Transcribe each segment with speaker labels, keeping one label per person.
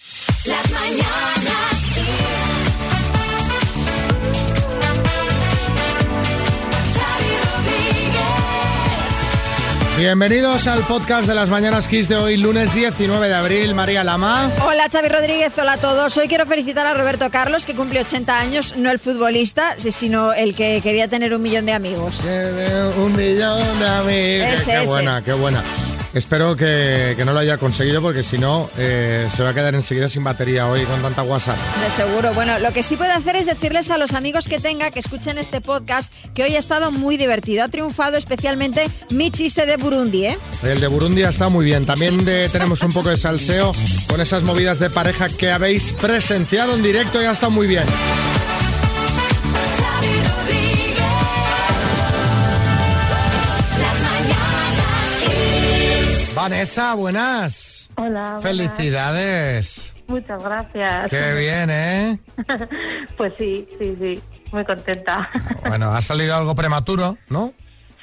Speaker 1: Las mañanas Kiss. Xavi Rodríguez.
Speaker 2: Bienvenidos al podcast de las Mañanas Kiss de hoy, lunes 19 de abril. María Lama.
Speaker 3: Hola Xavi Rodríguez, hola a todos. Hoy quiero felicitar a Roberto Carlos, que cumple 80 años, no el futbolista, si- sino el que quería tener un millón de amigos.
Speaker 2: Tiene Un millón de amigos.
Speaker 3: Ese,
Speaker 2: qué
Speaker 3: ese.
Speaker 2: buena, qué buena. Espero que, que no lo haya conseguido porque si no eh, se va a quedar enseguida sin batería hoy con tanta WhatsApp.
Speaker 3: De seguro. Bueno, lo que sí puede hacer es decirles a los amigos que tenga que escuchen este podcast que hoy ha estado muy divertido. Ha triunfado especialmente mi chiste de Burundi, ¿eh?
Speaker 2: El de Burundi está muy bien. También de- tenemos un poco de salseo con esas movidas de pareja que habéis presenciado en directo y ha estado muy bien.
Speaker 1: Xavi Rodríguez. Las mañanas Kiss.
Speaker 2: Vanessa, buenas.
Speaker 4: Hola. buenas.
Speaker 2: Felicidades.
Speaker 4: Muchas gracias.
Speaker 2: Qué bien, ¿eh?
Speaker 4: Pues sí, sí, sí. Muy contenta.
Speaker 2: Bueno, ha salido algo prematuro, ¿no?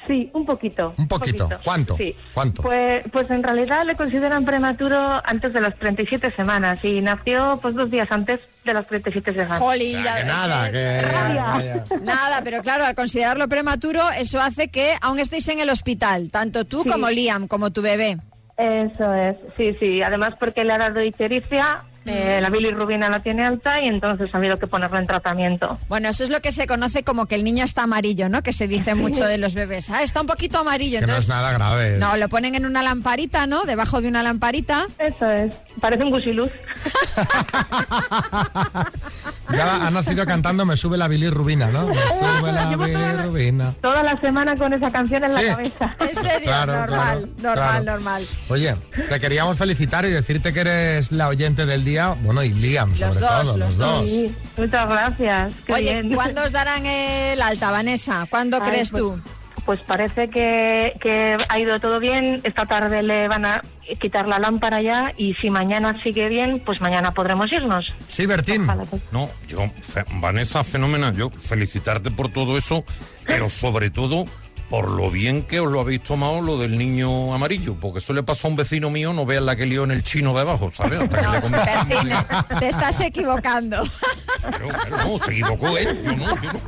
Speaker 4: Sí, un poquito.
Speaker 2: Un poquito. ¿Cuánto?
Speaker 4: Sí.
Speaker 2: ¿Cuánto?
Speaker 4: Pues, pues en realidad le consideran prematuro antes de las 37 semanas y nació pues dos días antes de las 37 semanas.
Speaker 3: Jolín,
Speaker 2: Ah, O sea,
Speaker 3: ya-
Speaker 2: que nada, que...
Speaker 4: Rabia.
Speaker 2: vaya.
Speaker 3: Nada, pero claro, al considerarlo prematuro, eso hace que aún estéis en el hospital, tanto tú
Speaker 4: Sí.
Speaker 3: como Liam, como tu bebé.
Speaker 4: Eso es, sí, sí. Además porque le ha dado ictericia, eh, la bilirrubina la tiene alta y entonces ha habido que ponerlo en tratamiento.
Speaker 3: Bueno, eso es lo que se conoce como que el niño está amarillo, ¿no? Que se dice mucho de los bebés. Ah, está un poquito amarillo.
Speaker 2: Que no es
Speaker 3: Entonces,
Speaker 2: nada grave. es-
Speaker 3: no, lo ponen en una lamparita, ¿no? Debajo de una lamparita.
Speaker 4: Eso es. Parece un gusiluz.
Speaker 2: Ya ha nacido cantando Me sube la bilirrubina, ¿no? Me sube la
Speaker 4: Llevo toda la-
Speaker 2: bilirrubina.
Speaker 4: Toda la semana con esa canción en
Speaker 2: Sí.
Speaker 4: la cabeza.
Speaker 3: En serio, normal, normal,
Speaker 2: claro.
Speaker 3: normal.
Speaker 2: Oye, te queríamos felicitar y decirte que eres la oyente del día, bueno, y Liam, sobre
Speaker 3: dos,
Speaker 2: todo,
Speaker 3: los
Speaker 2: los dos.
Speaker 4: Sí, muchas gracias. Qué
Speaker 3: Oye,
Speaker 4: bien.
Speaker 3: ¿cuándo os darán el alta, Vanessa? ¿Cuándo
Speaker 4: Ay,
Speaker 3: crees
Speaker 4: pues-
Speaker 3: tú?
Speaker 4: Pues parece que, que ha ido todo bien. Esta tarde le van a quitar la lámpara ya y si mañana sigue bien, pues mañana podremos irnos.
Speaker 2: Sí, Bertín.
Speaker 4: Ojalá, pues.
Speaker 5: No, yo, fe- Vanessa, fenómena, yo felicitarte por todo eso, pero sobre todo por lo bien que os lo habéis tomado lo del niño amarillo, porque eso le pasó a un vecino mío, no veas la que lió en el chino de abajo, ¿sabes? Hasta que le convencí-
Speaker 3: Bertine, te estás equivocando.
Speaker 5: Claro, claro, no, se equivocó él, yo no, yo no.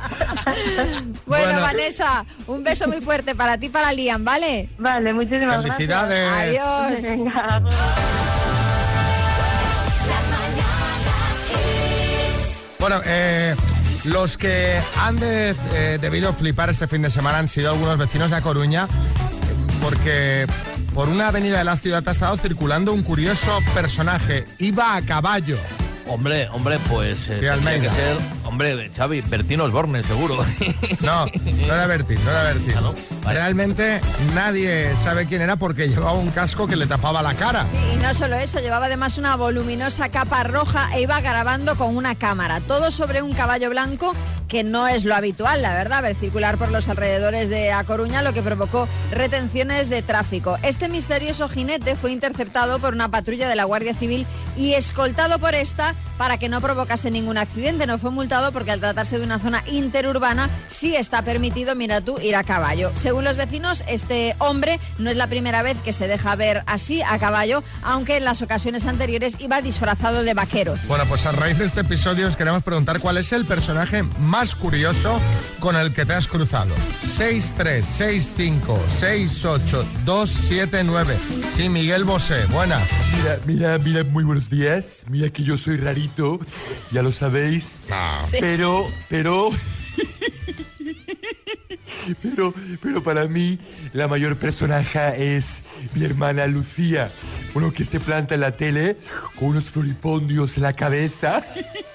Speaker 3: Bueno,
Speaker 2: Bueno.
Speaker 3: Vanessa, un beso muy fuerte para ti y para Liam, ¿vale?
Speaker 4: Vale, muchísimas
Speaker 2: Felicidades.
Speaker 3: Adiós.
Speaker 4: gracias. Venga.
Speaker 1: Las mañanas Kiss.
Speaker 2: Bueno, eh, los que han de- eh, debido flipar este fin de semana han sido algunos vecinos de A Coruña, eh, porque por una avenida de la ciudad ha estado circulando un curioso personaje. Iba a caballo.
Speaker 6: Hombre, hombre, pues eh, tendría
Speaker 2: Almeida.
Speaker 6: que ser, hombre, Xavi, Bertino Osborne, seguro.
Speaker 2: No, no era Bertín, no era Bertín.
Speaker 6: Ah, ¿no? Vale.
Speaker 2: Realmente nadie sabe quién era porque llevaba un casco que le tapaba la cara.
Speaker 3: Sí, y no solo eso, llevaba además una voluminosa capa roja e iba grabando con una cámara. Todo sobre un caballo blanco que no es lo habitual, la verdad, ver circular por los alrededores de A Coruña, lo que provocó retenciones de tráfico. Este misterioso jinete fue interceptado por una patrulla de la Guardia Civil y escoltado por esta para que no provocase ningún accidente. No fue multado porque al tratarse de una zona interurbana sí está permitido, mira tú, ir a caballo. Según los vecinos, este hombre no es la primera vez que se deja ver así a caballo, aunque en las ocasiones anteriores iba disfrazado de vaquero.
Speaker 2: Bueno, pues a raíz de este episodio os queremos preguntar cuál es el personaje más curioso con el que te has cruzado. 636568279. Sí, Miguel Bosé, buenas.
Speaker 7: Mira, mira, mira, muy buenos días. Mira que yo soy rarito, ya lo sabéis. Pero, pero. Pero, pero para mí la mayor personaje es mi hermana Lucía. Uno que se planta en la tele con unos floripondios en la cabeza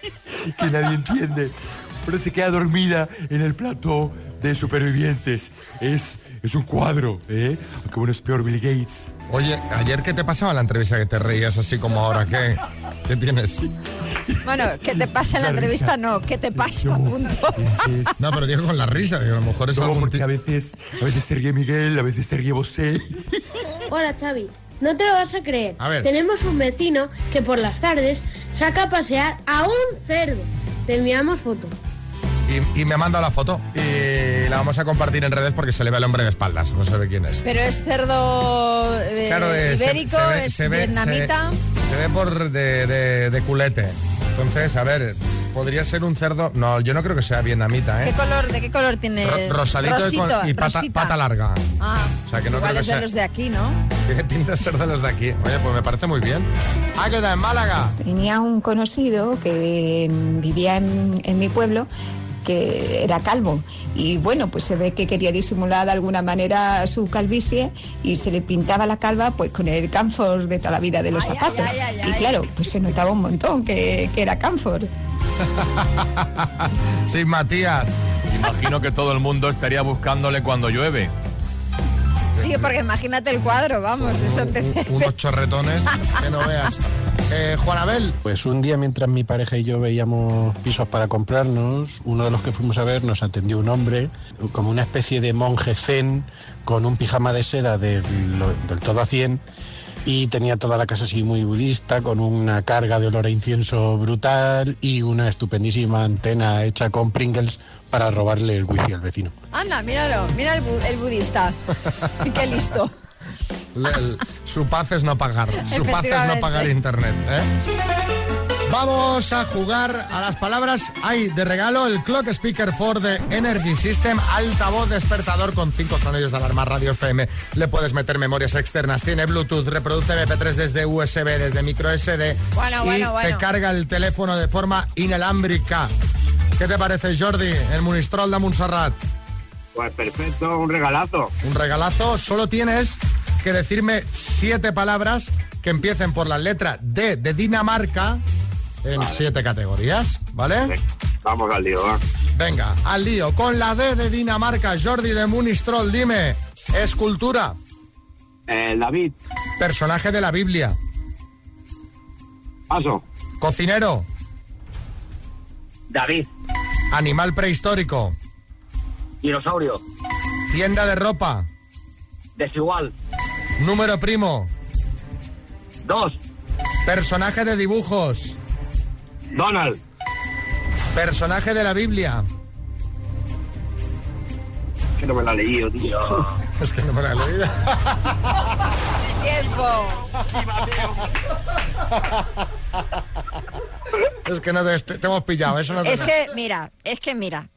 Speaker 7: que nadie entiende. Pero se queda dormida en el plató de supervivientes. Es, es un cuadro, ¿eh? Aunque bueno, es peor Bill Gates.
Speaker 2: Oye, ayer qué te pasaba en la entrevista que te reías así como ahora, ¿qué? ¿Qué tienes?
Speaker 3: Bueno, ¿qué te pasa en la
Speaker 7: La risa.
Speaker 3: entrevista? No, ¿qué te pasa?
Speaker 7: No,
Speaker 3: Punto.
Speaker 7: es- es-
Speaker 2: No, pero digo con la risa, digo, a lo mejor es
Speaker 7: no,
Speaker 2: algún
Speaker 7: porque
Speaker 2: tipo.
Speaker 7: a veces, a veces se ríe Miguel, a veces se ríe Bosé.
Speaker 8: Hola Xavi, no te lo vas a creer.
Speaker 2: A ver.
Speaker 8: Tenemos un vecino que por las tardes saca a pasear a un cerdo. Te enviamos foto.
Speaker 2: ¿Y y, y me manda la foto y la vamos a compartir en redes porque se le ve al hombre de espaldas, no se ve quién es.
Speaker 3: Pero es cerdo eh,
Speaker 2: Claro, eh, se-
Speaker 3: ibérico,
Speaker 2: se ve-
Speaker 3: es
Speaker 2: se ve- eh.
Speaker 3: vietnamita.
Speaker 2: Se, se ve por de, de- de culete. Entonces, a ver, podría ser un cerdo. No, yo no creo que sea vietnamita,
Speaker 3: ¿Qué
Speaker 2: ¿eh?
Speaker 3: color, ¿De qué color tiene?
Speaker 2: Ro- rosadito y con-
Speaker 3: Rosito,
Speaker 2: y pata-
Speaker 3: rosita.
Speaker 2: pata larga.
Speaker 3: Ah,
Speaker 2: O sea, que
Speaker 3: pues
Speaker 2: no creo
Speaker 3: igual
Speaker 2: que
Speaker 3: es de
Speaker 2: sea-
Speaker 3: los de aquí, ¿no?
Speaker 2: Tiene pinta de ser de los de aquí. Oye, pues me parece muy bien. Ha quedado en Málaga.
Speaker 9: Tenía un conocido que mm, vivía en, en mi pueblo que era calvo y bueno pues se ve que quería disimular de alguna manera su calvicie y se le pintaba la calva pues con el canfor de toda la vida de los
Speaker 3: Ay, ay,
Speaker 9: zapatos
Speaker 3: ay, ay,
Speaker 9: y
Speaker 3: ay.
Speaker 9: claro pues se notaba un montón que, que era canfor
Speaker 2: Sí, Matías.
Speaker 10: Imagino que todo el mundo estaría buscándole cuando llueve.
Speaker 3: Sí, porque imagínate el cuadro, vamos, eso
Speaker 2: Un-
Speaker 3: empecé.
Speaker 2: unos chorretones que no veas. Eh, Juanabel,
Speaker 11: Pues un día mientras mi pareja y yo veíamos pisos para comprarnos, uno de los que fuimos a ver nos atendió un hombre, como una especie de monje zen, con un pijama de seda del, del todo a 100 y tenía toda la casa así muy budista, con una carga de olor a incienso brutal y una estupendísima antena hecha con Pringles para robarle el wifi al vecino.
Speaker 3: Anda, míralo, mira el, bu- el budista. Qué listo.
Speaker 2: le- el- su paz es no pagar. Su paz es no
Speaker 3: Efectivamente.
Speaker 2: pagar internet. ¿eh? Vamos a jugar a las palabras. Hay de regalo el Clock Speaker 4 de Energy System, altavoz despertador con cinco sonidos de alarma radio FM. Le puedes meter memorias externas, tiene Bluetooth, reproduce MP3 desde USB, desde micro SD
Speaker 3: Bueno,
Speaker 2: y
Speaker 3: bueno, bueno.
Speaker 2: te carga el teléfono de forma inalámbrica. ¿Qué te parece, Jordi, el Monistrol de Montserrat?
Speaker 12: Pues perfecto, un regalazo.
Speaker 2: Un regalazo. Solo tienes que decirme siete palabras que empiecen por la letra D de Dinamarca en siete categorías, ¿vale?
Speaker 12: Vamos al lío, ¿eh? va.
Speaker 2: Venga, al lío. Con la D de Dinamarca, Jordi de Munistrol, dime. Escultura.
Speaker 12: Eh, David,
Speaker 2: Personaje de la Biblia.
Speaker 12: paso.
Speaker 2: Cocinero.
Speaker 12: David,
Speaker 2: Animal prehistórico.
Speaker 12: dinosaurio,
Speaker 2: Tienda de ropa.
Speaker 12: desigual,
Speaker 2: Número primo.
Speaker 12: dos,
Speaker 2: Personaje de dibujos.
Speaker 12: Donald,
Speaker 2: Personaje de la Biblia.
Speaker 12: que no me la he leído, tío.
Speaker 2: Es que no me la he leído.
Speaker 3: Tiempo.
Speaker 2: Es que no te, te hemos pillado. Eso no te-
Speaker 3: Es que, mira, es que mira.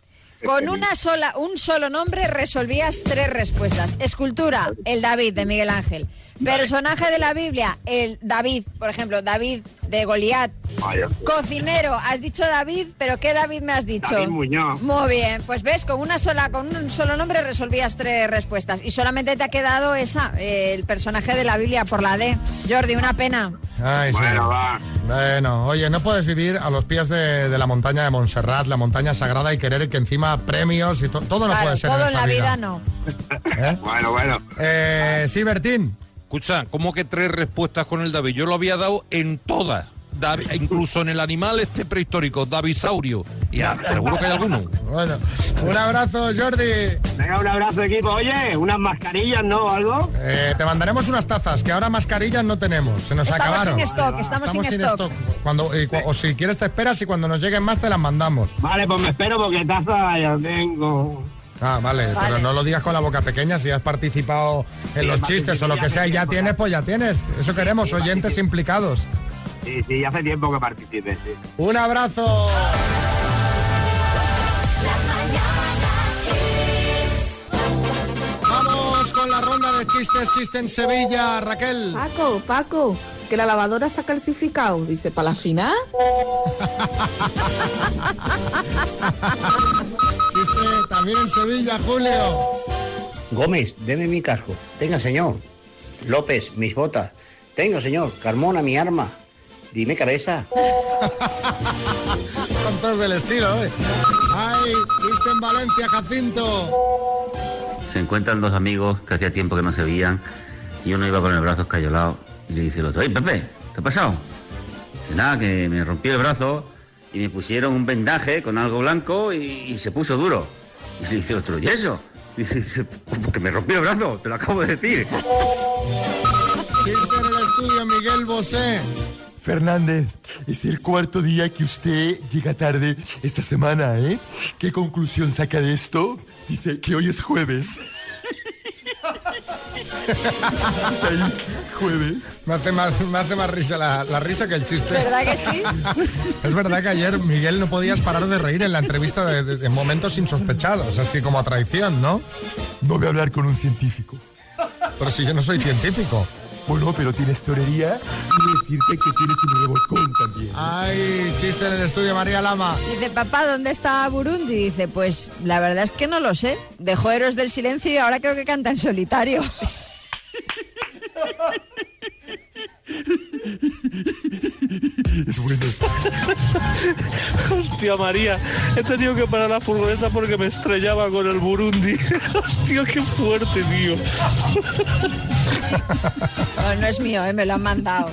Speaker 3: Con una sola, un solo nombre resolvías tres respuestas. Escultura, el David de Miguel Ángel. Personaje de la Biblia, el David, por ejemplo, David de Goliat.
Speaker 12: Vaya.
Speaker 3: Cocinero, has dicho David, pero ¿qué David me has dicho?
Speaker 12: David Muñoz.
Speaker 3: Muy bien, pues ves, con una sola, con un solo nombre resolvías tres respuestas. Y solamente te ha quedado esa, eh, el personaje de la Biblia por la D. Jordi, una pena.
Speaker 2: Ay, sí.
Speaker 12: Bueno, va.
Speaker 2: Bueno, oye, no puedes vivir a los pies de, de la montaña de Montserrat, la montaña sagrada, y querer que encima premios y to- todo no
Speaker 3: Claro,
Speaker 2: puede ser.
Speaker 3: todo en
Speaker 2: esta
Speaker 3: la vida no.
Speaker 2: ¿Eh?
Speaker 12: Bueno, bueno.
Speaker 2: Eh, sí, Bertín.
Speaker 5: Escucha, ¿cómo que tres respuestas con el David? Yo lo había dado en todas. Da- incluso en el animal este prehistórico, Davisaurio. Ya, seguro que hay alguno.
Speaker 2: Bueno, un abrazo, Jordi.
Speaker 12: Venga, un abrazo, equipo. Oye, unas mascarillas, ¿no? ¿Algo?
Speaker 2: Eh, te mandaremos unas tazas, que ahora mascarillas no tenemos, se nos
Speaker 3: Estamos
Speaker 2: acabaron.
Speaker 3: sin stock, estamos, sin, stock.
Speaker 2: Cuando, y cu- o si quieres te esperas y cuando nos lleguen más te las mandamos.
Speaker 12: Vale, pues me espero porque taza ya tengo.
Speaker 2: Ah, vale,
Speaker 3: Vale.
Speaker 2: pero no lo digas con la boca pequeña si has participado en
Speaker 12: Sí,
Speaker 2: los
Speaker 12: participé
Speaker 2: chistes o lo
Speaker 12: ya
Speaker 2: que
Speaker 12: hace
Speaker 2: sea y ya
Speaker 12: tiempo,
Speaker 2: tienes,
Speaker 12: ya.
Speaker 2: pues ya tienes. Eso queremos,
Speaker 12: sí,
Speaker 2: oyentes
Speaker 12: participé.
Speaker 2: implicados.
Speaker 12: Sí, sí, hace tiempo que participé, sí.
Speaker 2: Un abrazo. Vamos con la ronda de chistes, chiste en Sevilla, Raquel.
Speaker 9: Paco Paco que la lavadora se ha calcificado dice para la final
Speaker 2: Chiste también en Sevilla, Julio.
Speaker 11: Gómez, deme mi casco. Tenga, señor. López, mis botas. Tenga, señor. Carmona, mi arma. Dime cabeza.
Speaker 2: Son todos del estilo, ¿eh? Ay, chiste en Valencia, Jacinto.
Speaker 13: Se encuentran dos amigos que hacía tiempo que no se veían y uno iba con el brazo escayolado y le dice el otro, ¡Ey, Pepe! ¿Te ha pasado? Dice, nada, que me rompí el brazo y me pusieron un vendaje con algo blanco y, y se puso duro. Y le dice otro, ¿y eso? Dice, porque me rompí el brazo, te lo acabo de decir.
Speaker 2: Chiste en el estudio, Miguel Bosé.
Speaker 7: Fernández, es el cuarto día que usted llega tarde esta semana, ¿eh? ¿Qué conclusión saca de esto? Dice que hoy es jueves.
Speaker 2: Hasta ahí, jueves. Me hace más, me hace más risa la, la risa que el chiste.
Speaker 3: ¿Verdad que sí?
Speaker 2: Es verdad que ayer, Miguel, no podías parar de reír en la entrevista de, de- de momentos insospechados, así como a traición, ¿no?
Speaker 7: No voy a hablar con un científico.
Speaker 2: Pero si yo no soy científico.
Speaker 7: Bueno, pero tienes torería y decirte que tienes un revolcón también.
Speaker 2: Ah. Ay, chiste en el estudio, María Lama.
Speaker 3: Dice, papá, ¿dónde está Burundi? Dice, pues la verdad es que no lo sé. Dejó Héroes del Silencio y ahora creo que canta en solitario.
Speaker 7: Es bueno.
Speaker 14: Hostia María, he tenido que parar la furgoneta porque me estrellaba con el Burundi. Hostia, qué fuerte, tío.
Speaker 3: No, no es mío, ¿eh? me lo han mandado.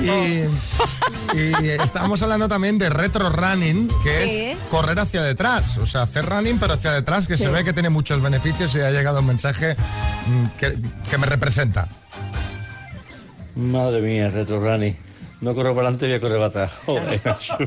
Speaker 2: Y, y estábamos hablando también de retro running, que
Speaker 3: Sí.
Speaker 2: es correr hacia detrás, o sea, hacer running pero hacia detrás, que
Speaker 3: Sí.
Speaker 2: se ve que tiene muchos beneficios y ha llegado un mensaje mm, que, que me representa.
Speaker 14: Madre mía, Retro Rani. No corro para adelante, voy a correr para atrás. Joder, macho.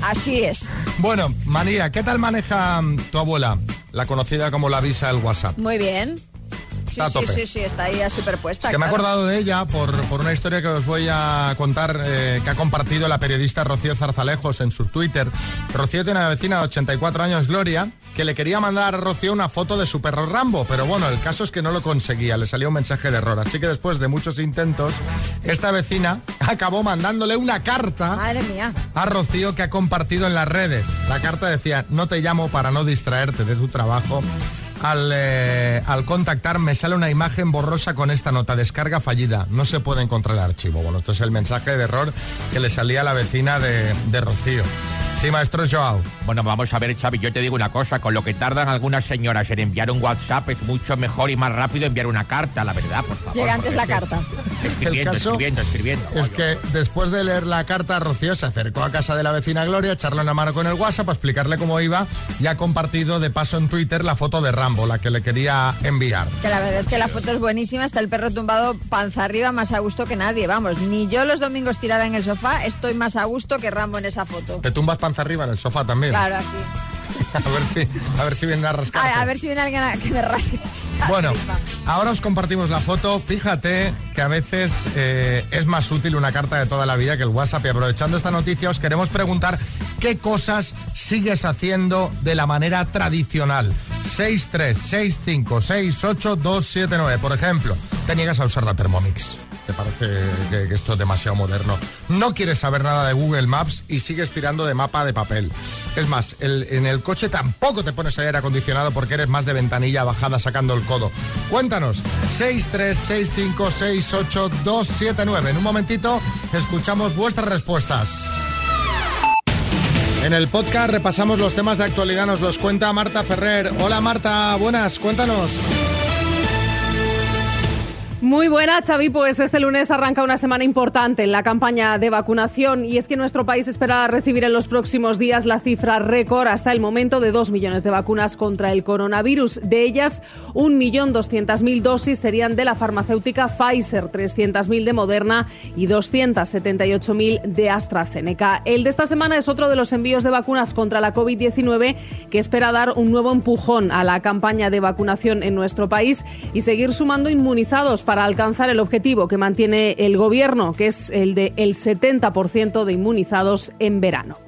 Speaker 3: Así es.
Speaker 2: Bueno, Manía, ¿qué tal maneja mm, tu abuela, la conocida como la visa del WhatsApp?
Speaker 3: Muy bien. Sí,
Speaker 2: Está a
Speaker 3: sí,
Speaker 2: tope.
Speaker 3: sí, sí, está ahí ya superpuesta.
Speaker 2: Es que me he
Speaker 3: claro.
Speaker 2: acordado de ella por, por una historia que os voy a contar eh, que ha compartido la periodista Rocío Zarzalejos en su Twitter. Rocío tiene una vecina de 84 años, Gloria, que le quería mandar a Rocío una foto de su perro Rambo, pero bueno, el caso es que no lo conseguía, le salió un mensaje de error. Así que después de muchos intentos, esta vecina acabó mandándole una carta
Speaker 3: Madre mía.
Speaker 2: a Rocío que ha compartido en las redes. La carta decía, no te llamo para no distraerte de tu trabajo. Al, eh, al contactar me sale una imagen borrosa con esta nota, descarga fallida, no se puede encontrar el archivo. Bueno, esto es el mensaje de error que le salía a la vecina de, de Rocío. Sí, maestro Joao.
Speaker 15: Bueno, vamos a ver, Xavi, yo te digo una cosa, con lo que tardan algunas señoras en enviar un WhatsApp es mucho mejor y más rápido enviar una carta, la verdad, por favor.
Speaker 3: Llega antes
Speaker 15: porque
Speaker 3: la
Speaker 15: es que-
Speaker 3: carta.
Speaker 15: Escribiendo,
Speaker 2: El caso-
Speaker 15: escribiendo, escribiendo.
Speaker 2: Es que después de leer la carta, Rocío se acercó a casa de la vecina Gloria, echarle una mano con el WhatsApp para explicarle cómo iba y ha compartido de paso en Twitter la foto de Rambo, la que le quería enviar.
Speaker 3: Que la verdad es que la foto es buenísima, está el perro tumbado panza arriba más a gusto que nadie, vamos. Ni yo los domingos tirada en el sofá estoy más a gusto que Rambo en esa foto.
Speaker 2: Te tumbas panza arriba en el sofá también.
Speaker 3: Claro, así.
Speaker 2: A ver si, a ver si vienen a rascarte.
Speaker 3: A, a ver si viene alguien a que me rasque.
Speaker 2: Bueno, ahora os compartimos la foto. Fíjate que a veces eh, es más útil una carta de toda la vida que el WhatsApp. Y aprovechando esta noticia, os queremos preguntar qué cosas sigues haciendo de la manera tradicional. 636568279. Por ejemplo, te niegas a usar la Thermomix. ¿Te parece que, que esto es demasiado moderno? No quieres saber nada de Google Maps y sigues tirando de mapa de papel. Es más, el- en el coche tampoco te pones aire acondicionado porque eres más de ventanilla bajada sacando el codo. Cuéntanos, 636568279. En un momentito escuchamos vuestras respuestas. En el podcast repasamos los temas de actualidad, nos los cuenta Marta Ferrer. Hola Marta, buenas, cuéntanos.
Speaker 8: Muy buena, Xavi. Pues este lunes arranca una semana importante en la campaña de vacunación y es que nuestro país espera recibir en los próximos días la cifra récord hasta el momento de 2 millones de vacunas contra el coronavirus. De ellas, 1.200.000 dosis serían de la farmacéutica Pfizer, 300.000 de Moderna y 278.000 de AstraZeneca. El de esta semana es otro de los envíos de vacunas contra la COVID-19 que espera dar un nuevo empujón a la campaña de vacunación en nuestro país y seguir sumando inmunizados para alcanzar el objetivo que mantiene el gobierno, que es el de el 70% de inmunizados en verano.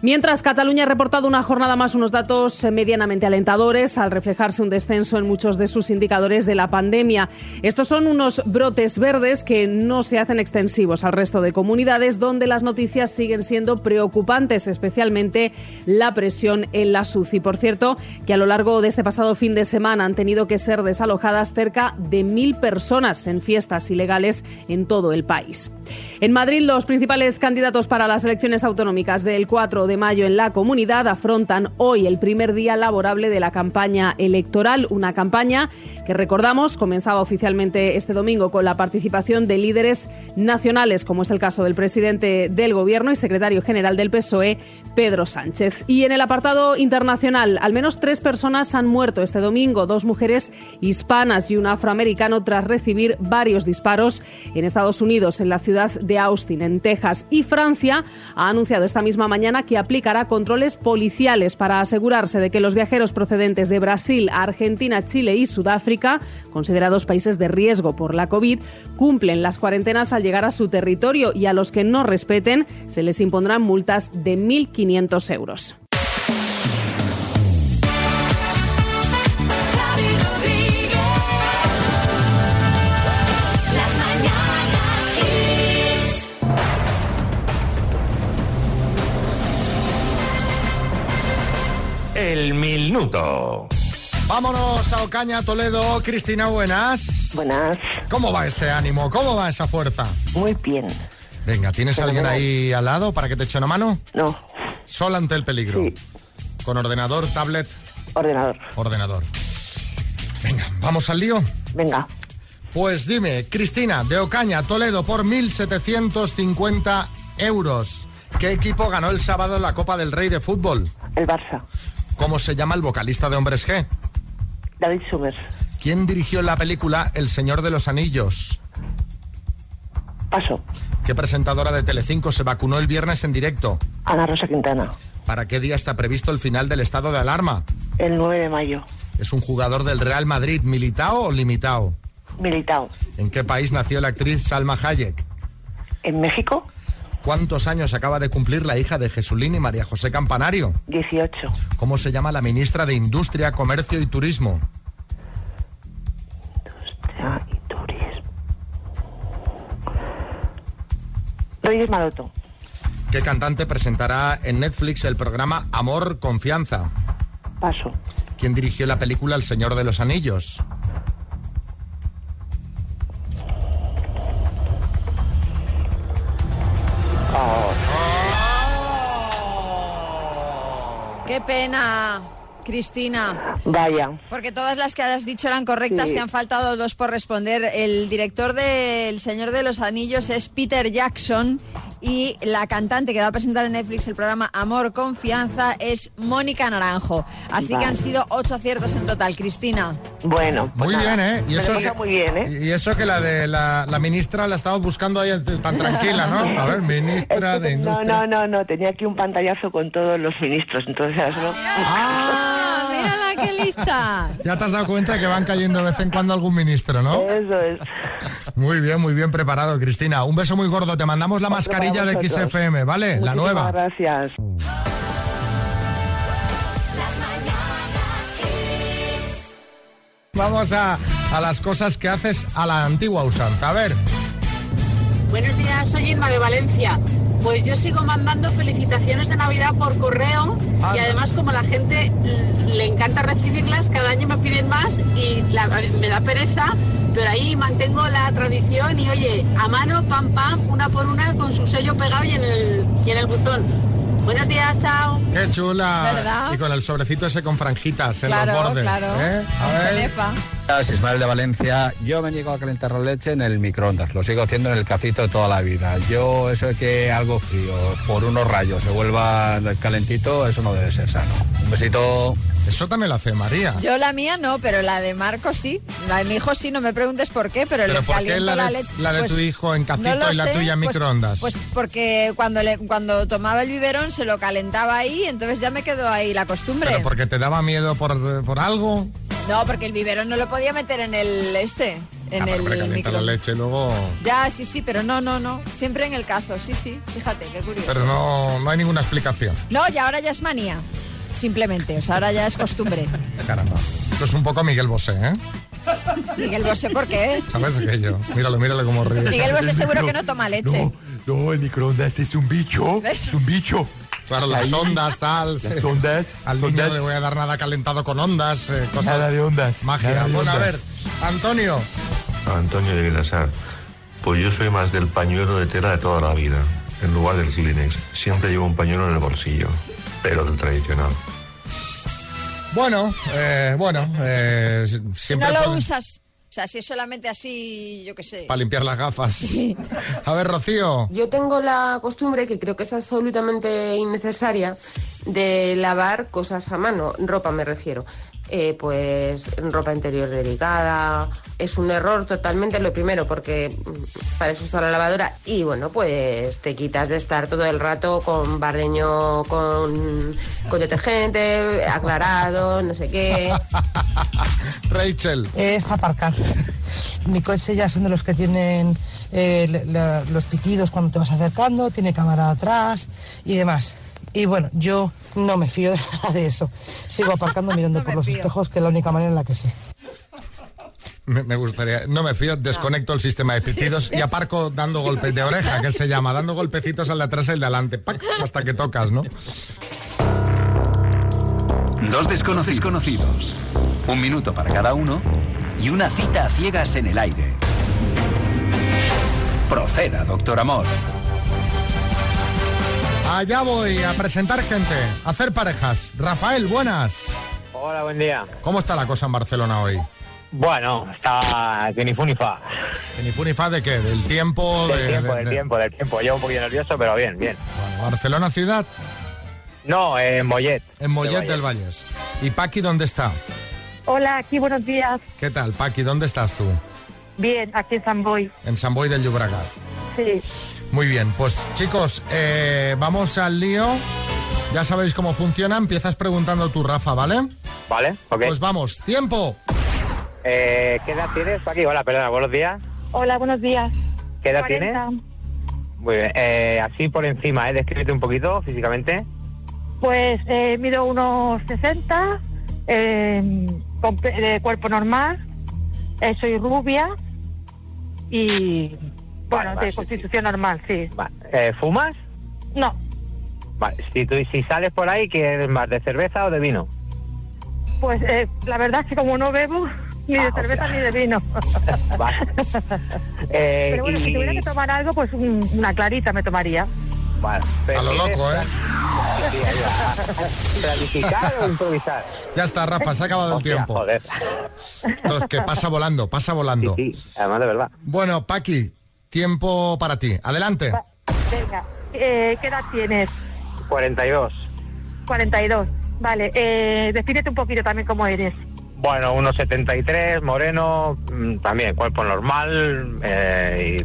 Speaker 8: Mientras Cataluña ha reportado una jornada más unos datos eh, medianamente alentadores al reflejarse un descenso en muchos de sus indicadores de la pandemia. Estos son unos brotes verdes que no se hacen extensivos al resto de comunidades donde las noticias siguen siendo preocupantes, especialmente la presión en la SUCI. Por cierto, que a lo largo de este pasado fin de semana han tenido que ser desalojadas cerca de mil personas en fiestas ilegales en todo el país. En Madrid, los principales candidatos para las elecciones autonómicas del 4 de mayo en la comunidad afrontan hoy el primer día laborable de la campaña electoral, una campaña que recordamos comenzaba oficialmente este domingo con la participación de líderes nacionales, como es el caso del presidente del Gobierno y secretario general del PSOE, E, Pedro Sánchez. Y en el apartado internacional, al menos tres personas han muerto este domingo, dos mujeres hispanas y un afroamericano tras recibir varios disparos en Estados Unidos, en la ciudad de Austin, en Texas. Y Francia ha anunciado esta misma mañana que aplicará controles policiales para asegurarse de que los viajeros procedentes de Brasil, Argentina, Chile y Sudáfrica, considerados países de riesgo por la COVID, cumplen las cuarentenas al llegar a su territorio y a los que no respeten se les impondrán multas de 1.500 euros.
Speaker 1: Las mañanas Kiss.
Speaker 5: El minuto.
Speaker 2: Vámonos a Ocaña, Toledo. Cristina, buenas.
Speaker 16: Buenas.
Speaker 2: ¿Cómo va ese ánimo? ¿Cómo va esa fuerza?
Speaker 16: Muy bien.
Speaker 2: Venga, ¿tienes a alguien
Speaker 16: Fenomenal.
Speaker 2: ahí al lado para que te eche una mano?
Speaker 16: No.
Speaker 2: Sola ante el peligro. ¿Con ordenador, tablet?
Speaker 16: Ordenador.
Speaker 2: Ordenador. Venga, ¿vamos al lío?
Speaker 16: Venga.
Speaker 2: Pues dime, Cristina, de Ocaña, Toledo, por 1.750 euros. ¿Qué equipo ganó el sábado en la Copa del Rey de Fútbol?
Speaker 16: El Barça.
Speaker 2: ¿Cómo se llama el vocalista de Hombres G?
Speaker 16: David Summers.
Speaker 2: ¿Quién dirigió la película El Señor de los Anillos?
Speaker 16: Paso.
Speaker 2: ¿Qué presentadora de Telecinco se vacunó el viernes en directo?
Speaker 16: Ana Rosa Quintana.
Speaker 2: ¿Para qué día está previsto el final del estado de alarma?
Speaker 16: El 9 de mayo.
Speaker 2: ¿Es un jugador del Real Madrid militao o limitao?
Speaker 16: Militao.
Speaker 2: ¿En qué país nació la actriz Salma Hayek?
Speaker 16: En México.
Speaker 2: ¿Cuántos años acaba de cumplir la hija de Jesulín y María José Campanario?
Speaker 16: 18.
Speaker 2: ¿Cómo se llama la ministra de Industria, Comercio y Turismo?
Speaker 16: Reyes Maroto.
Speaker 2: ¿Qué cantante presentará en Netflix el programa Amor, Confianza?
Speaker 16: Paso.
Speaker 2: ¿Quién dirigió la película El Señor de los Anillos?
Speaker 3: Qué pena, Cristina.
Speaker 16: Vaya.
Speaker 3: Porque todas las que has dicho eran correctas,
Speaker 16: Sí.
Speaker 3: te han faltado dos por responder. El director de El Señor de los Anillos es Peter Jackson y la cantante que va a presentar en Netflix el programa Amor, Confianza es Mónica Naranjo. Así
Speaker 16: Vale.
Speaker 3: que han sido ocho aciertos en total, Cristina.
Speaker 16: Bueno.
Speaker 2: Muy bien, ¿eh?
Speaker 16: Y eso
Speaker 2: que,
Speaker 16: muy bien, ¿eh?
Speaker 2: y eso que la de la, la ministra la estamos buscando ahí tan tranquila, ¿no? A ver, ministra de
Speaker 16: No,
Speaker 2: Industria.
Speaker 16: no, no, no. Tenía aquí un pantallazo con todos los ministros. Entonces, ahora solo-
Speaker 3: ¡Ah, mírala, qué lista!
Speaker 2: Ya te has dado cuenta que van cayendo de vez en cuando algún ministro, ¿no?
Speaker 16: Eso es.
Speaker 2: Muy bien, muy bien preparado, Cristina. Un beso muy gordo. Te mandamos la
Speaker 16: Otro
Speaker 2: mascarilla
Speaker 16: para
Speaker 2: de
Speaker 16: vosotros.
Speaker 2: XFM, ¿vale? la
Speaker 16: Muchísimas
Speaker 2: nueva.
Speaker 16: Gracias.
Speaker 2: Vamos a, a las cosas que haces a la antigua usanza. A ver,
Speaker 17: Buenos días, soy Inma de Valencia. Pues yo sigo mandando felicitaciones de Navidad por correo y además como la gente mm, le encanta recibirlas, cada año me piden más y la- me da pereza, pero ahí mantengo la tradición y oye, a mano, pam, pam, una por una con su sello pegado y en el, y en el buzón. Buenos días, chao.
Speaker 2: qué chula.
Speaker 17: ¿Verdad?
Speaker 2: Y con el sobrecito ese con franjitas en
Speaker 17: Claro,
Speaker 2: los bordes.
Speaker 17: claro.
Speaker 2: ¿eh? A ver.
Speaker 18: Hola, Ismael de Valencia. Yo me niego a calentar la leche en el microondas. Lo sigo haciendo en el cacito de toda la vida. Yo, eso de que algo frío por unos rayos se vuelva calentito, eso no debe ser sano. Un besito.
Speaker 2: Eso también lo hace María.
Speaker 3: Yo la mía no, pero la de Marco sí. La de mi hijo sí, no me preguntes por qué, pero,
Speaker 2: ¿Pero
Speaker 3: le
Speaker 2: por qué
Speaker 3: caliento
Speaker 2: la de-
Speaker 3: leche. pues,
Speaker 2: la de tu hijo en cacito
Speaker 3: lo
Speaker 2: y la tuya en
Speaker 3: pues-
Speaker 2: microondas?
Speaker 3: Pues, porque cuando, le, cuando tomaba el biberón se lo calentaba ahí, entonces ya me quedó ahí la costumbre.
Speaker 2: Pero porque te daba miedo por, por algo.
Speaker 3: No, porque el biberón no lo podía meter en el este, en
Speaker 2: Ah, pero hombre,
Speaker 3: el
Speaker 2: calienta
Speaker 3: micro.
Speaker 2: la leche luego.
Speaker 3: Ya, sí, sí, pero no, no, no. Siempre en el cazo, sí, sí. Fíjate, qué curioso.
Speaker 2: Pero no, no hay ninguna explicación.
Speaker 3: No, y ahora ya es manía. Simplemente, o sea, ahora ya es costumbre.
Speaker 2: Caramba. Esto es un poco Miguel Bosé, ¿eh?
Speaker 3: Miguel Bosé, ¿por qué?
Speaker 2: ¿Sabes aquello? Míralo, míralo cómo ríe.
Speaker 3: Miguel Bosé seguro que no toma leche.
Speaker 7: No, el microondas es un bicho. Es un bicho.
Speaker 2: Claro, las ondas, tal. sí.
Speaker 7: Las ondas.
Speaker 2: Al niño
Speaker 7: ondas.
Speaker 2: no le voy a dar nada calentado con ondas, eh, cosas.
Speaker 7: Nada de ondas.
Speaker 2: Magia.
Speaker 7: nada de
Speaker 2: Bueno, a
Speaker 7: ondas.
Speaker 2: ver, Antonio,
Speaker 19: Antonio de Vilasar. Pues yo soy más del pañuelo de tela de toda la vida, en lugar del Kleenex. Siempre llevo un pañuelo en el bolsillo, pero del tradicional.
Speaker 2: Bueno, eh, bueno, eh,
Speaker 3: Si
Speaker 2: siempre
Speaker 3: no lo
Speaker 2: puedes-
Speaker 3: usas, o sea, si es solamente así, yo qué sé.
Speaker 2: para limpiar las gafas. A ver, Rocío.
Speaker 20: Yo tengo la costumbre, que creo que es absolutamente innecesaria, de lavar cosas a mano, ropa me refiero. Eh, pues ropa interior delicada, es un error totalmente lo primero, porque mm, para eso está la lavadora y bueno, pues te quitas de estar todo el rato con barreño, con, con detergente, aclarado, no sé qué.
Speaker 2: Rachel.
Speaker 21: Es aparcar. Mi coche ya son de los que tienen eh, la- la- los pitidos cuando te vas acercando, tiene cámara atrás y demás. Y bueno, yo no me fío de nada de eso. Sigo aparcando mirando por los espejos, que es la única manera en la que sé.
Speaker 2: Me, me gustaría, no me fío, desconecto el sistema de
Speaker 21: Sí,
Speaker 2: pitidos
Speaker 21: sí,
Speaker 2: y
Speaker 21: sí.
Speaker 2: aparco dando golpes de oreja, que se llama, dando golpecitos al de atrás y al de adelante, ¡pac! hasta que tocas, ¿no?
Speaker 22: Dos desconocidos conocidos. Un minuto para cada uno y una cita a ciegas en el aire. Proceda, doctor Amor.
Speaker 2: Allá voy a presentar gente, a hacer parejas. Rafael, buenas.
Speaker 6: Hola, buen día.
Speaker 2: ¿Cómo está la cosa en Barcelona hoy?
Speaker 6: Bueno, está que ni fu ni fa.
Speaker 2: ¿Que ni fu ni fa de qué? ¿Del tiempo?
Speaker 6: Del
Speaker 2: de-
Speaker 6: tiempo,
Speaker 2: de-
Speaker 6: del
Speaker 2: de-
Speaker 6: tiempo, del tiempo. Llevo un poquito nervioso, pero bien, bien.
Speaker 2: ¿Barcelona ciudad?
Speaker 6: No, en Mollet.
Speaker 2: En Mollet
Speaker 6: Del
Speaker 2: del Valles. ¿Y Paqui dónde está?
Speaker 4: Hola, aquí buenos días.
Speaker 2: ¿Qué tal, Paqui? ¿Dónde estás tú?
Speaker 4: Bien, aquí en San Boy.
Speaker 2: En San Boi del Llobregat.
Speaker 4: Sí.
Speaker 2: Muy bien, pues chicos, eh, vamos al lío. Ya sabéis cómo funciona. Empiezas preguntando tú, Rafa, ¿vale?
Speaker 6: Vale, ok.
Speaker 2: Pues vamos, tiempo.
Speaker 6: Eh, ¿Qué edad tienes, aquí? Hola, perdona, buenos días.
Speaker 4: Hola, buenos días.
Speaker 6: ¿Qué edad
Speaker 4: 40.
Speaker 6: tienes? Muy bien. Eh, así por encima, ¿eh? Descríbete un poquito físicamente.
Speaker 4: Pues eh, mido unos 60, eh, con pe- de cuerpo normal, eh, soy rubia y, bueno,
Speaker 6: vale,
Speaker 4: de
Speaker 6: sí,
Speaker 4: constitución normal, sí.
Speaker 6: Eh, ¿Fumas?
Speaker 4: No,
Speaker 6: Vale. Si, tú, si sales por ahí, ¿qué eres más? ¿De cerveza o de vino?
Speaker 4: pues eh, la verdad es que como no bebo ni
Speaker 6: Ah,
Speaker 4: de cerveza ni de vino.
Speaker 6: Eh,
Speaker 4: Pero bueno,
Speaker 6: y-
Speaker 4: si tuviera que tomar algo, pues un- una clarita me tomaría.
Speaker 6: Vale.
Speaker 2: A lo loco, ¿eh?
Speaker 6: ¿Planificar o improvisar?
Speaker 2: Ya está, Rafa, se ha acabado el
Speaker 6: Hostia,
Speaker 2: tiempo.
Speaker 6: Joder.
Speaker 2: Esto es que pasa volando, pasa volando.
Speaker 6: Sí, sí, además de verdad.
Speaker 2: Bueno, Paqui, tiempo para ti. Adelante.
Speaker 4: Venga, eh, ¿qué edad tienes?
Speaker 6: 42.
Speaker 4: 42. Vale, eh, defínete un poquito también cómo eres.
Speaker 6: Bueno, unos 73, moreno, mm, también cuerpo normal eh,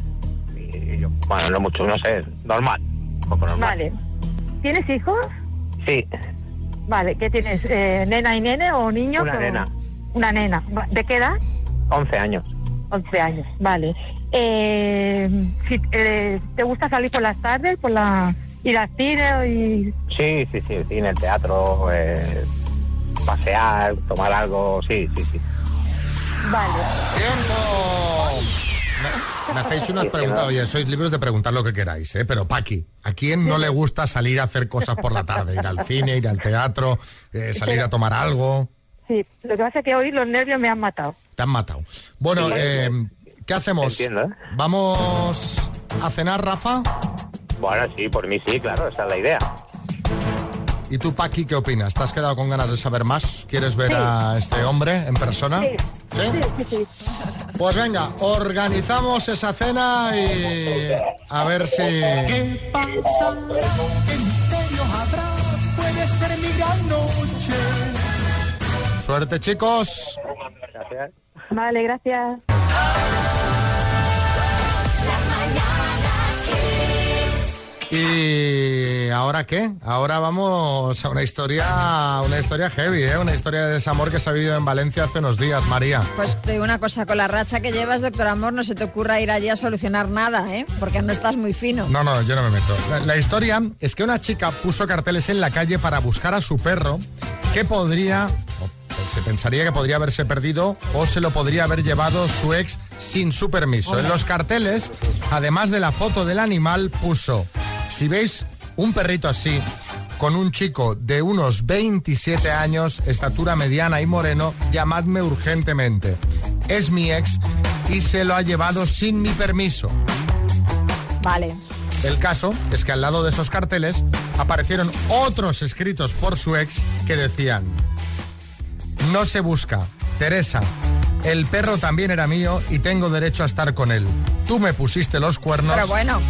Speaker 6: y, y yo- bueno, no mucho, no sé, normal, cuerpo normal.
Speaker 4: Vale. ¿Tienes hijos?
Speaker 6: Sí,
Speaker 4: Vale, ¿qué tienes? Eh, ¿Nena y nene o niños?
Speaker 6: una
Speaker 4: o-
Speaker 6: nena,
Speaker 4: Una nena. Va- ¿De qué edad?
Speaker 6: 11 años.
Speaker 4: 11 años, vale. Eh, si, eh, ¿Te gusta salir por las tardes, por la, ir al cine y
Speaker 6: Sí, sí, sí, cine, el teatro, eh, pasear, tomar algo, sí, sí, sí.
Speaker 4: Vale.
Speaker 2: Me hacéis unas
Speaker 6: Sí, sí,
Speaker 2: preguntas,
Speaker 6: no.
Speaker 2: oye, sois libres de preguntar lo que queráis, ¿eh? Pero Paqui, ¿a quién no le gusta salir a hacer cosas por la tarde? Ir al cine, ir al teatro, eh, salir a tomar algo.
Speaker 4: Sí, lo que pasa es que hoy los nervios me han matado.
Speaker 2: Te han matado. Bueno,
Speaker 4: Sí.
Speaker 2: eh, ¿qué hacemos? ¿Vamos a cenar, Rafa?
Speaker 6: Bueno, sí, por mí sí, claro, esa es la idea.
Speaker 2: ¿Y tú, Paqui, qué opinas? ¿Te has quedado con ganas de saber más? ¿Quieres ver a este hombre en persona? ¿Sí? Pues venga, organizamos esa cena y a ver si...
Speaker 1: ¿Qué pasará? ¿Qué misterio habrá? Puede ser mi gran noche.
Speaker 2: Suerte, chicos.
Speaker 4: Vale, gracias.
Speaker 2: ¿Y ahora qué? Ahora vamos a una historia, Ah, una historia heavy, ¿eh? una historia de desamor que se ha vivido en Valencia hace unos días, María.
Speaker 3: Pues te digo una cosa, con la racha que llevas, doctor Amor, no se te ocurra ir allí a solucionar nada, ¿eh? Porque no estás muy fino.
Speaker 2: No, no, yo no me meto. La, la historia es que una chica puso carteles en la calle para buscar a su perro que podría, o se pensaría que podría haberse perdido o se lo podría haber llevado su ex sin su permiso. En los carteles, además de la foto del animal, puso, si veis un perrito así, con un chico de unos 27 años, estatura mediana y moreno, llamadme urgentemente. Es mi ex y se lo ha llevado sin mi permiso.
Speaker 23: Vale.
Speaker 2: El caso es que al lado de esos carteles aparecieron otros escritos por su ex que decían, no se busca, Teresa, el perro también era mío y tengo derecho a estar con él. Tú me pusiste los cuernos.
Speaker 3: Pero bueno.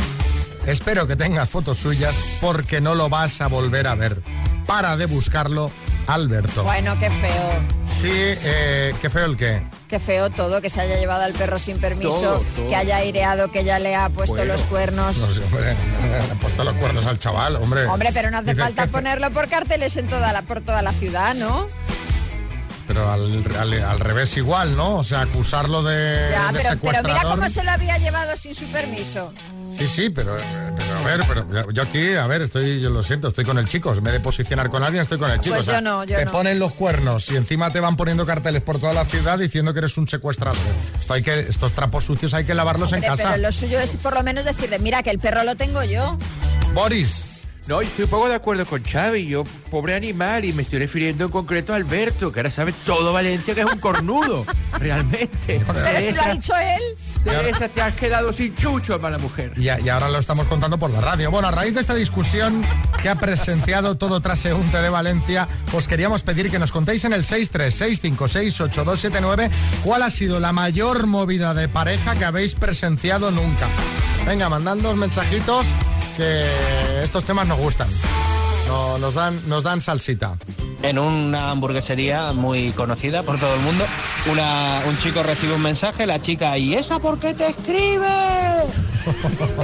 Speaker 2: Espero que tengas fotos suyas porque no lo vas a volver a ver. Para de buscarlo, Alberto.
Speaker 3: Bueno, qué feo.
Speaker 2: Sí, eh, qué feo el qué.
Speaker 3: Qué feo todo, que se haya llevado al perro sin permiso,
Speaker 2: Todo, todo.
Speaker 3: que haya aireado, que ya le ha puesto
Speaker 2: Bueno.
Speaker 3: los cuernos.
Speaker 2: No sé, hombre, le han puesto los cuernos al chaval, hombre.
Speaker 3: Hombre, pero no hace
Speaker 2: Dice,
Speaker 3: falta
Speaker 2: "Qué fe-".
Speaker 3: ponerlo por carteles en toda la, por toda la ciudad, ¿no?
Speaker 2: Pero al, al- al revés igual, ¿no? O sea, acusarlo de,
Speaker 3: Ya,
Speaker 2: de
Speaker 3: pero, pero mira
Speaker 2: Eh, secuestrador.
Speaker 3: cómo se lo había llevado sin su permiso.
Speaker 2: Sí, sí, pero, pero a ver, pero yo aquí, a ver, estoy, yo lo siento, estoy con el chico. En vez de posicionar con alguien, estoy con el chico.
Speaker 3: Pues
Speaker 2: O sea,
Speaker 3: yo no, yo
Speaker 2: te
Speaker 3: no.
Speaker 2: ponen los cuernos y encima te van poniendo carteles por toda la ciudad diciendo que eres un secuestrador. Esto hay que, estos trapos sucios hay que lavarlos en
Speaker 3: Hombre,
Speaker 2: casa.
Speaker 3: Pero lo suyo es por lo menos decirle, mira que el perro lo tengo yo.
Speaker 2: Boris.
Speaker 24: No, yo estoy un poco de acuerdo con Xavi, yo pobre animal, y me estoy refiriendo en concreto a Alberto, que ahora sabe todo Valencia que es un cornudo, realmente.
Speaker 3: Pero si lo ha
Speaker 24: Teresa,
Speaker 3: dicho él.
Speaker 24: Teresa, te has quedado sin chucho, mala mujer.
Speaker 2: Y, a- y ahora lo estamos contando por la radio. Bueno, a raíz de esta discusión que ha presenciado todo traseúnte de Valencia, os queríamos pedir que nos contéis en el 636568279 cuál ha sido la mayor movida de pareja que habéis presenciado nunca. Venga, mandadnos mensajitos que estos temas nos gustan. No- nos, dan, nos dan salsita.
Speaker 8: En una hamburguesería muy conocida por todo el mundo, una- un chico recibe un mensaje, la chica, ¿y esa por qué te escribe?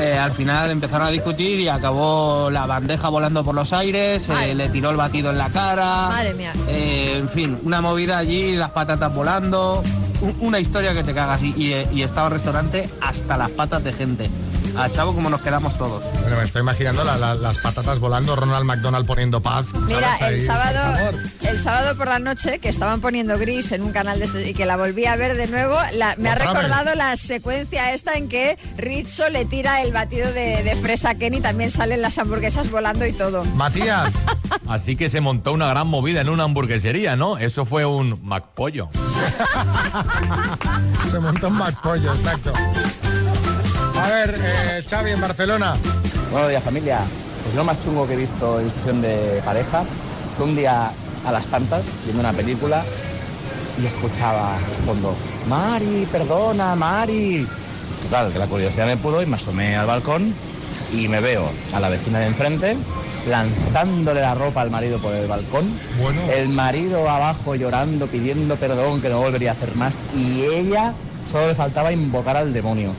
Speaker 8: Eh, al final empezaron a discutir y acabó la bandeja volando por los aires, eh, le tiró el batido en la cara.
Speaker 3: Madre mía.
Speaker 8: Eh, en fin, una movida allí, las patatas volando, u- una historia que te cagas. Y, y- y estaba el restaurante hasta las patas de gente. A Chavo como nos quedamos todos.
Speaker 2: Bueno, me estoy imaginando la- la- las patatas volando, Ronald McDonald poniendo paz.
Speaker 3: Mira,
Speaker 2: ¿sabes?
Speaker 3: el
Speaker 2: Ahí, por
Speaker 3: sábado,
Speaker 2: favor.
Speaker 3: el sábado por la noche, que estaban poniendo gris en un canal de estos y que la volví a ver de nuevo, la- me ha
Speaker 2: Otra vez.
Speaker 3: recordado la secuencia esta en que Rizzo le tira el batido de, de fresa a Kenny, también salen las hamburguesas volando y todo.
Speaker 2: Matías.
Speaker 25: Así que se montó una gran movida en una hamburguesería, ¿no? Eso fue un McPollo.
Speaker 2: Se montó un pollo, exacto. A ver, eh, Xavi en Barcelona.
Speaker 6: Buenos días familia. Pues lo más chungo que he visto en discusión de pareja fue un día a las tantas viendo una película y escuchaba al fondo, Mari, perdona, Mari. Total, que la curiosidad me pudo y me asomé al balcón y me veo a la vecina de enfrente lanzándole la ropa al marido por el balcón. El marido abajo llorando, pidiendo perdón, que no volvería a hacer más. Y ella solo le faltaba invocar al demonio.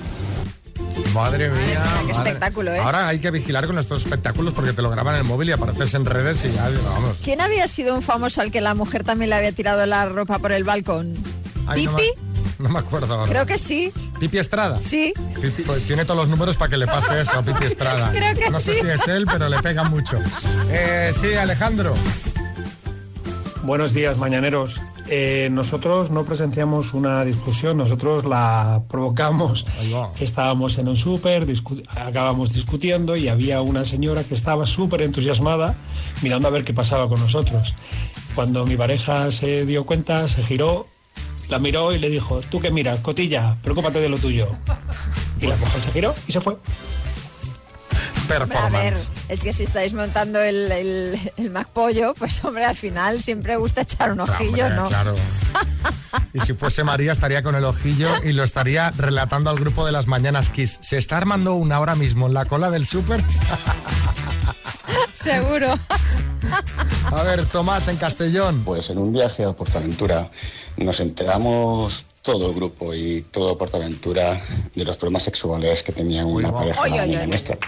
Speaker 2: Madre mía.
Speaker 6: qué
Speaker 2: madre.
Speaker 6: espectáculo, ¿eh?
Speaker 2: Ahora hay que vigilar con estos espectáculos porque te lo graban en el móvil y apareces en redes y ya, vamos.
Speaker 3: ¿Quién había sido un famoso al que la mujer también le había tirado la ropa por el balcón?
Speaker 2: Ay, no me-
Speaker 3: ¿Pipi?
Speaker 2: No, me acuerdo ahora.
Speaker 3: Creo que sí.
Speaker 2: ¿Pipi Estrada?
Speaker 3: Sí.
Speaker 2: Pipi- pues tiene todos los números para que le pase eso a Pipi Estrada.
Speaker 3: Creo que
Speaker 2: no sé
Speaker 3: sí.
Speaker 2: si es él, pero le pega mucho. Eh, sí, Alejandro.
Speaker 7: Buenos días, mañaneros. Eh, nosotros no presenciamos una discusión, nosotros la provocamos. Que estábamos en un súper, discu- acabamos discutiendo y había una señora que estaba súper entusiasmada mirando a ver qué pasaba con nosotros. Cuando mi pareja se dio cuenta, se giró, la miró y le dijo, tú que miras, cotilla, preocúpate de lo tuyo. Y la mujer se giró y se fue.
Speaker 3: A ver, es que si estáis montando el, el, el McPollo, pues hombre, al final siempre gusta echar un
Speaker 2: Ah,
Speaker 3: ojillo,
Speaker 2: Hombre,
Speaker 3: ¿no?
Speaker 2: Claro. Y si fuese María estaría con el ojillo y lo estaría relatando al grupo de las mañanas Kiss. Se está armando una ahora mismo en la cola del súper.
Speaker 3: Seguro.
Speaker 2: A ver, Tomás en Castellón.
Speaker 26: Pues en un viaje a Portaventura nos enteramos todo el grupo y todo Portaventura de los problemas sexuales que tenía una pareja
Speaker 27: Ay, ay,
Speaker 26: amiga
Speaker 27: ay.
Speaker 26: nuestra.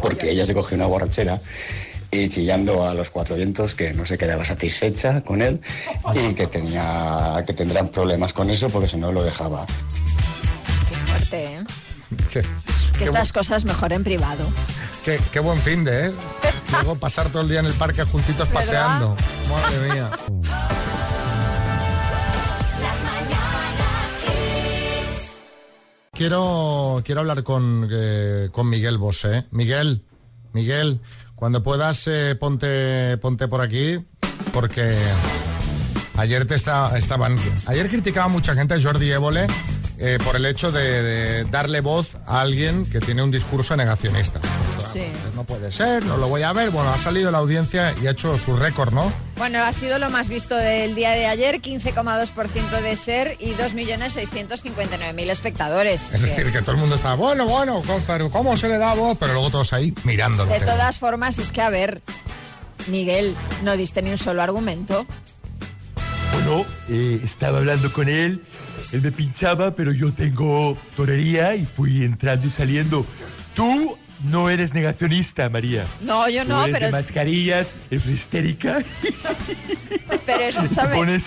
Speaker 26: Porque ella se cogió una borrachera y chillando a los cuatro vientos que no se quedaba satisfecha con él y que tenía que tendrán problemas con eso porque si no lo dejaba.
Speaker 3: Qué fuerte, ¿eh?
Speaker 2: Qué,
Speaker 3: Que estas cosas mejor en privado.
Speaker 2: qué- qué buen fin de, ¿eh? Luego pasar todo el día en el parque juntitos
Speaker 3: ¿Verdad?
Speaker 2: paseando. Madre mía. Quiero, quiero hablar con, eh, con Miguel Bosé. Miguel, Miguel, cuando puedas eh, ponte, ponte por aquí porque ayer te está, estaban... Ayer criticaba mucha gente a Jordi Évole eh, por el hecho de, de darle voz a alguien que tiene un discurso negacionista.
Speaker 3: Sí.
Speaker 2: Pues No puede ser, no lo voy a ver. Bueno, ha salido la audiencia y ha hecho su récord, ¿no?
Speaker 3: Bueno, ha sido lo más visto del día de ayer, 15,2% de ser y 2.659.000 espectadores.
Speaker 2: Es decir, que todo el mundo está, bueno, bueno, co- pero ¿cómo se le da voz? Pero luego todos ahí mirándolo.
Speaker 3: De todas formas, es que a ver, Miguel, no diste ni un solo argumento.
Speaker 7: Bueno, eh, estaba hablando con él, él me pinchaba, pero yo tengo torería y fui entrando y saliendo. Tú no eres negacionista, María.
Speaker 3: No, yo
Speaker 7: Tú
Speaker 3: no,
Speaker 7: eres de
Speaker 3: pero,
Speaker 7: mascarillas, eres histérica.
Speaker 3: pero
Speaker 7: Te
Speaker 3: escúchame.
Speaker 7: pones,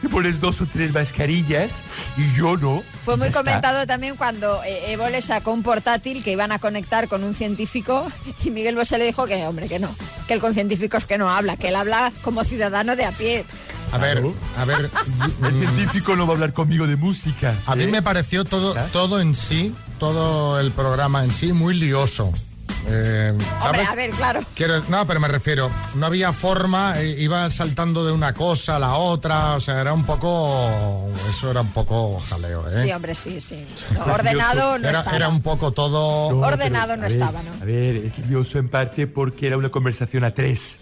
Speaker 7: te pones dos o tres mascarillas y yo no.
Speaker 3: Fue muy
Speaker 7: Ya está.
Speaker 3: comentado también cuando eh, Evo le sacó un portátil que iban a conectar con un científico y Miguel Bosé le dijo que, hombre, que no, que él con científicos que no habla, que él habla como ciudadano de a pie.
Speaker 2: A ver, a ver. El
Speaker 7: científico no va a hablar conmigo de música. ¿eh?
Speaker 2: A mí me pareció todo, todo en sí, todo el programa en sí, muy lioso. Eh,
Speaker 3: Hombre,
Speaker 2: ¿sabes? ¿Eh?
Speaker 3: a ver, claro.
Speaker 2: Quiero, no, pero me refiero, no había forma, eh, iba saltando de una cosa a la otra, o sea, era un poco, eso era un poco jaleo, ¿eh?
Speaker 3: Sí, hombre, sí, sí. No, ordenado no
Speaker 2: era,
Speaker 3: estaba.
Speaker 2: era un poco todo...
Speaker 7: No,
Speaker 3: Ordenado no
Speaker 7: a ver,
Speaker 3: estaba, ¿no?
Speaker 7: A ver, es lioso en parte porque era una conversación a tres.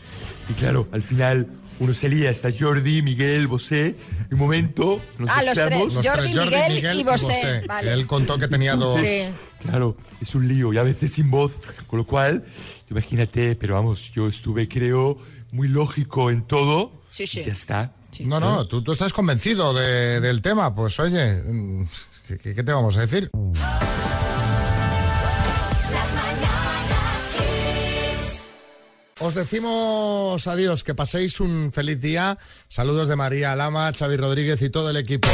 Speaker 7: Y claro, al final uno se lía, está Jordi, Miguel, Bosé. Un momento, nos
Speaker 3: Ah, los tres,
Speaker 7: mezclamos.
Speaker 3: Los Jordi, tres, Jordi, Miguel Miguel y y Bosé, Bosé. vale.
Speaker 2: Él contó que tenía dos.
Speaker 3: Sí.
Speaker 7: Claro, es un lío y a veces sin voz, con lo cual, imagínate, pero vamos, yo estuve, creo, muy lógico en todo.
Speaker 3: Sí, sí.
Speaker 7: Y ya está.
Speaker 2: No, no, tú, tú estás convencido de- del tema, pues oye, mm, ¿qué- ¿qué, qué te vamos a decir? Os decimos adiós, que paséis un feliz día. Saludos de María Lama, Xavi Rodríguez y todo el equipo.